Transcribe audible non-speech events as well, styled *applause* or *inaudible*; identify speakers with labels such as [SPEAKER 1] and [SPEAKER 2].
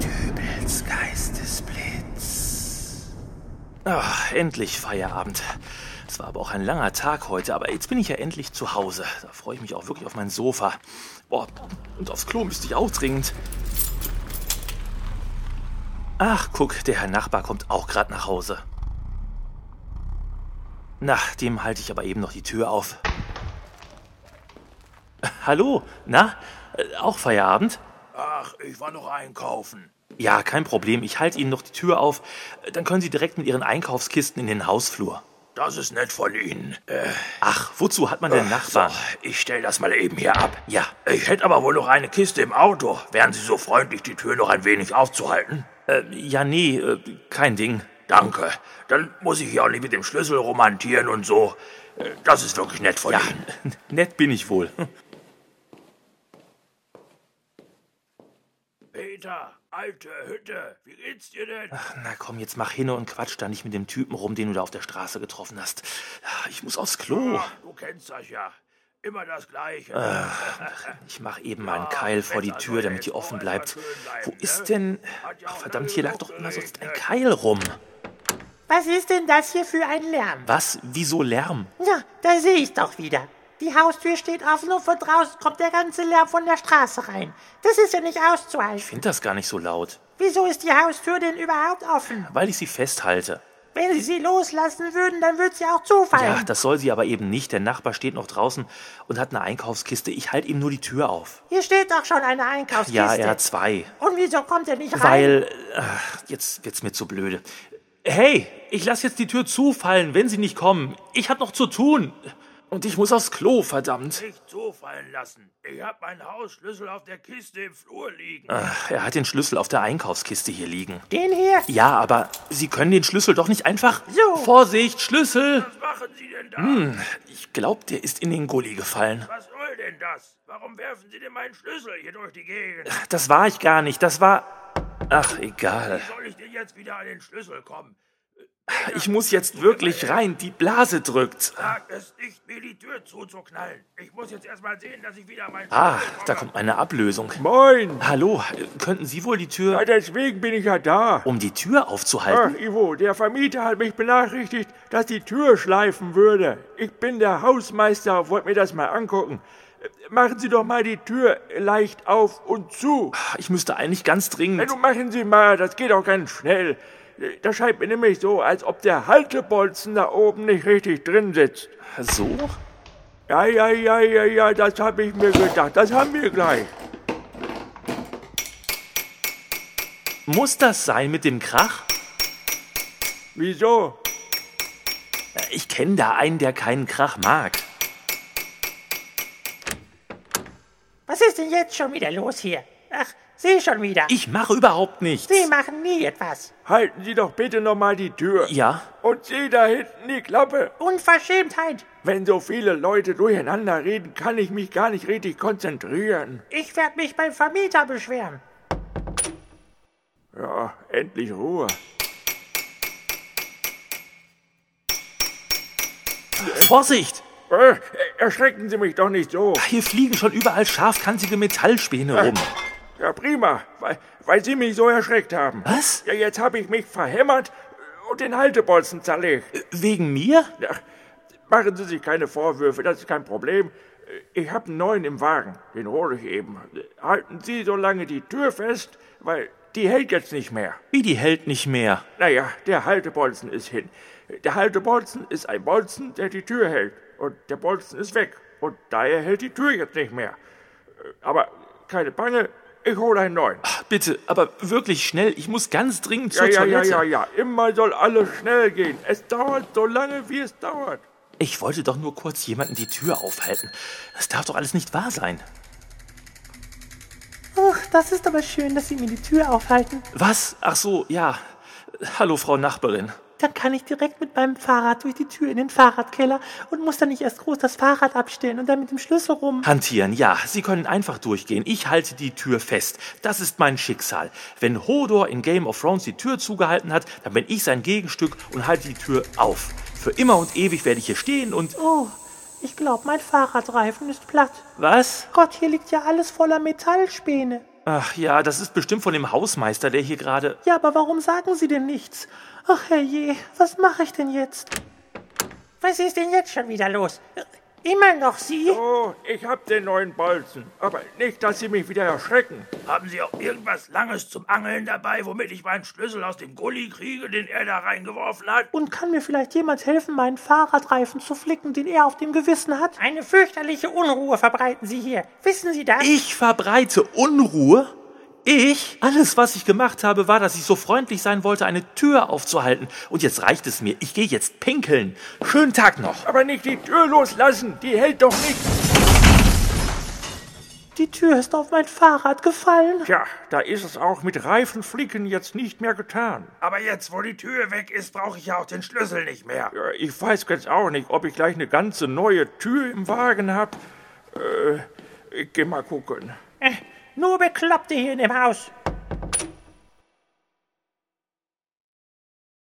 [SPEAKER 1] Dübels Geistesblitz.
[SPEAKER 2] Ach, Ah, endlich Feierabend. Es war aber auch ein langer Tag heute, aber jetzt bin ich ja endlich zu Hause. Da freue ich mich auch wirklich auf mein Sofa. Boah, und aufs Klo müsste ich auch dringend. Ach, guck, der Herr Nachbar kommt auch gerade nach Hause. Na, dem halte ich aber eben noch die Tür auf. Hallo, na? Äh, Auch Feierabend?
[SPEAKER 3] Ach, ich war noch einkaufen.
[SPEAKER 2] Ja, kein Problem. Ich halte Ihnen noch die Tür auf. Äh, Dann können Sie direkt mit Ihren Einkaufskisten in den Hausflur.
[SPEAKER 3] Das ist nett von Ihnen. Äh,
[SPEAKER 2] Ach, wozu hat man denn Nachbarn?
[SPEAKER 3] ich stell das mal eben hier ab.
[SPEAKER 2] Ja.
[SPEAKER 3] Ich hätte aber wohl noch eine Kiste im Auto. Wären Sie so freundlich, die Tür noch ein wenig aufzuhalten?
[SPEAKER 2] Äh, ja, nee, äh, kein Ding.
[SPEAKER 3] Danke. Dann muss ich hier auch nicht mit dem Schlüssel romantieren und so. Äh, Das ist wirklich nett von Ihnen.
[SPEAKER 2] *laughs* Nett bin ich wohl.
[SPEAKER 3] Peter, alte Hütte, wie geht's dir denn?
[SPEAKER 2] Na komm, jetzt mach hin und quatsch da nicht mit dem Typen rum, den du da auf der Straße getroffen hast. Ich muss aufs Klo.
[SPEAKER 3] Ach, du kennst das ja. Immer das Gleiche.
[SPEAKER 2] Äh. Ich mach eben mal einen Keil vor die Tür, damit die offen bleibt. Wo ist denn... Ach, verdammt, hier lag doch immer sonst ein Keil rum.
[SPEAKER 4] Was ist denn das hier für ein Lärm?
[SPEAKER 2] Was? Wieso Lärm?
[SPEAKER 4] Na, da sehe ich doch wieder. Die Haustür steht offen und von draußen kommt der ganze Lärm von der Straße rein. Das ist ja nicht auszuhalten.
[SPEAKER 2] Find das gar nicht so laut,
[SPEAKER 4] Wieso ist die Haustür denn überhaupt offen?
[SPEAKER 2] weil ich sie festhalte.
[SPEAKER 4] Wenn Sie sie loslassen würden, dann würde sie auch
[SPEAKER 2] Ja,
[SPEAKER 4] zufallen.
[SPEAKER 2] das soll sie aber eben nicht. Der Nachbar steht noch draußen und hat eine Einkaufskiste. Ich halte ihm nur die Tür auf.
[SPEAKER 4] hier steht doch schon eine Einkaufskiste.
[SPEAKER 2] Ja, er hat zwei.
[SPEAKER 4] und wieso kommt er nicht rein?
[SPEAKER 2] Weil, ach, jetzt wird's mir zu blöde. Hey, ich lasse jetzt die Tür zufallen, wenn sie nicht kommen. Ich hab noch zu tun. Und ich muss aufs Klo, verdammt.
[SPEAKER 3] Nicht zufallen lassen. Ich hab meinen Hausschlüssel auf der Kiste im Flur liegen.
[SPEAKER 2] Ach, er hat den Schlüssel auf der Einkaufskiste hier liegen.
[SPEAKER 4] Den hier?
[SPEAKER 2] Ja, aber Sie können den Schlüssel doch nicht einfach.
[SPEAKER 4] So.
[SPEAKER 2] Vorsicht, Schlüssel!
[SPEAKER 3] Was machen Sie denn da?
[SPEAKER 2] Hm. Ich glaub, der ist in den Gully gefallen.
[SPEAKER 3] Was soll denn das? Warum werfen Sie denn meinen Schlüssel hier durch die Gegend?
[SPEAKER 2] Das war ich gar nicht. Das war. Ach, egal.
[SPEAKER 3] Wie soll ich denn jetzt wieder an den Schlüssel kommen?
[SPEAKER 2] Ich muss jetzt wirklich rein. Die Blase drückt.
[SPEAKER 3] Sag es nicht, mir die Tür zuzuknallen. Ich muss jetzt erstmal sehen, dass ich wieder meinen
[SPEAKER 2] Ah,
[SPEAKER 3] Schlüssel
[SPEAKER 2] da kommt meine Ablösung.
[SPEAKER 5] Moin!
[SPEAKER 2] Hallo, äh, könnten Sie wohl die Tür.
[SPEAKER 5] Ja, deswegen bin ich ja da.
[SPEAKER 2] Um die Tür
[SPEAKER 5] Ach,
[SPEAKER 2] aufzuhalten?
[SPEAKER 5] Ivo, der Vermieter hat mich benachrichtigt, dass die Tür schleifen würde. Ich bin der Hausmeister, wollte mir das mal angucken. Äh, Machen Sie doch mal die Tür leicht auf und zu.
[SPEAKER 2] Ich müsste eigentlich ganz
[SPEAKER 5] Ja,
[SPEAKER 2] dringend.
[SPEAKER 5] nun machen Sie mal, das geht auch ganz schnell. Äh, Das scheint mir nämlich so, als ob der Haltebolzen da oben nicht richtig drin sitzt.
[SPEAKER 2] So?
[SPEAKER 5] Ja, ja, ja, ja, ja, das habe ich mir gedacht. Das haben wir gleich.
[SPEAKER 2] Muss das sein mit dem Krach?
[SPEAKER 5] Wieso?
[SPEAKER 2] Äh, Ich kenne da einen, der keinen Krach mag.
[SPEAKER 4] Was ist denn jetzt schon wieder los hier? Ach, Sie schon wieder.
[SPEAKER 2] Ich mache überhaupt nichts.
[SPEAKER 4] Sie machen nie etwas.
[SPEAKER 5] Halten Sie doch bitte noch mal die Tür.
[SPEAKER 2] Ja?
[SPEAKER 5] Und sieh da hinten die Klappe.
[SPEAKER 4] Unverschämtheit.
[SPEAKER 5] Wenn so viele Leute durcheinander reden, kann ich mich gar nicht richtig konzentrieren.
[SPEAKER 4] Ich werde mich beim Vermieter beschweren.
[SPEAKER 5] Ja, endlich Ruhe.
[SPEAKER 2] Vorsicht!
[SPEAKER 5] Äh, erschrecken Sie mich doch nicht so.
[SPEAKER 2] Hier fliegen schon überall scharfkantige Metallspäne rum.
[SPEAKER 5] Ja, prima, weil, weil Sie mich so erschreckt haben.
[SPEAKER 2] Was?
[SPEAKER 5] Ja, jetzt habe ich mich verhämmert und den Haltebolzen zerlegt.
[SPEAKER 2] Wegen mir?
[SPEAKER 5] Ach, machen Sie sich keine Vorwürfe, das ist kein Problem. Ich habe einen neuen im Wagen, den hole ich eben. Halten Sie so lange die Tür fest, weil die hält jetzt nicht mehr.
[SPEAKER 2] Wie die hält nicht mehr.
[SPEAKER 5] Naja, der Haltebolzen ist hin. Der Haltebolzen ist ein Bolzen, der die Tür hält. Und der Bolzen ist weg. Und daher hält die Tür jetzt nicht mehr. Äh, Aber keine Bange, ich hole einen neuen.
[SPEAKER 2] Bitte, aber wirklich schnell. Ich muss ganz dringend
[SPEAKER 5] ja,
[SPEAKER 2] zur
[SPEAKER 5] ja, ja,
[SPEAKER 2] Toilette.
[SPEAKER 5] ja, ja. Immer soll alles schnell gehen. Es dauert so lange, wie es dauert.
[SPEAKER 2] Ich wollte doch nur kurz jemanden die Tür aufhalten. Das darf doch alles nicht wahr sein.
[SPEAKER 4] Ach, das ist aber schön, dass Sie mir die Tür aufhalten.
[SPEAKER 2] Was? Ach so, ja. Hallo, Frau Nachbarin.
[SPEAKER 4] Dann kann ich direkt mit meinem Fahrrad durch die Tür in den Fahrradkeller und muss dann nicht erst groß das Fahrrad abstellen und dann mit dem Schlüssel rum.
[SPEAKER 2] Hantieren, ja, Sie können einfach durchgehen. Ich halte die Tür fest. Das ist mein Schicksal. Wenn Hodor in Game of Thrones die Tür zugehalten hat, dann bin ich sein Gegenstück und halte die Tür auf. Für immer und ewig werde ich hier stehen und.
[SPEAKER 4] Oh, ich glaube, mein Fahrradreifen ist platt.
[SPEAKER 2] Was?
[SPEAKER 4] Gott, hier liegt ja alles voller Metallspäne.
[SPEAKER 2] Ach ja, das ist bestimmt von dem Hausmeister, der hier gerade.
[SPEAKER 4] Ja, aber warum sagen Sie denn nichts? Ach herrje, was mache ich denn jetzt?
[SPEAKER 6] Was ist denn jetzt schon wieder los? Immer noch Sie?
[SPEAKER 5] Oh, ich hab den neuen Bolzen. Aber nicht, dass Sie mich wieder erschrecken.
[SPEAKER 3] Haben Sie auch irgendwas Langes zum Angeln dabei, womit ich meinen Schlüssel aus dem Gully kriege, den er da reingeworfen hat?
[SPEAKER 4] Und kann mir vielleicht jemand helfen, meinen Fahrradreifen zu flicken, den er auf dem Gewissen hat?
[SPEAKER 6] Eine fürchterliche Unruhe verbreiten Sie hier. Wissen Sie das?
[SPEAKER 2] Ich verbreite Unruhe? Ich? Alles, was ich gemacht habe, war, dass ich so freundlich sein wollte, eine Tür aufzuhalten. Und jetzt reicht es mir. Ich gehe jetzt pinkeln. Schönen Tag noch.
[SPEAKER 5] Aber nicht die Tür loslassen. Die hält doch nicht.
[SPEAKER 4] Die Tür ist auf mein Fahrrad gefallen.
[SPEAKER 5] Tja, da ist es auch mit Reifenflicken jetzt nicht mehr getan.
[SPEAKER 3] Aber jetzt, wo die Tür weg ist, brauche ich ja auch den Schlüssel nicht mehr.
[SPEAKER 5] Ja, Ich weiß jetzt auch nicht, ob ich gleich eine ganze neue Tür im Wagen hab. Äh, ich geh mal gucken.
[SPEAKER 4] Eh,
[SPEAKER 6] Nur Bekloppte hier in dem Haus.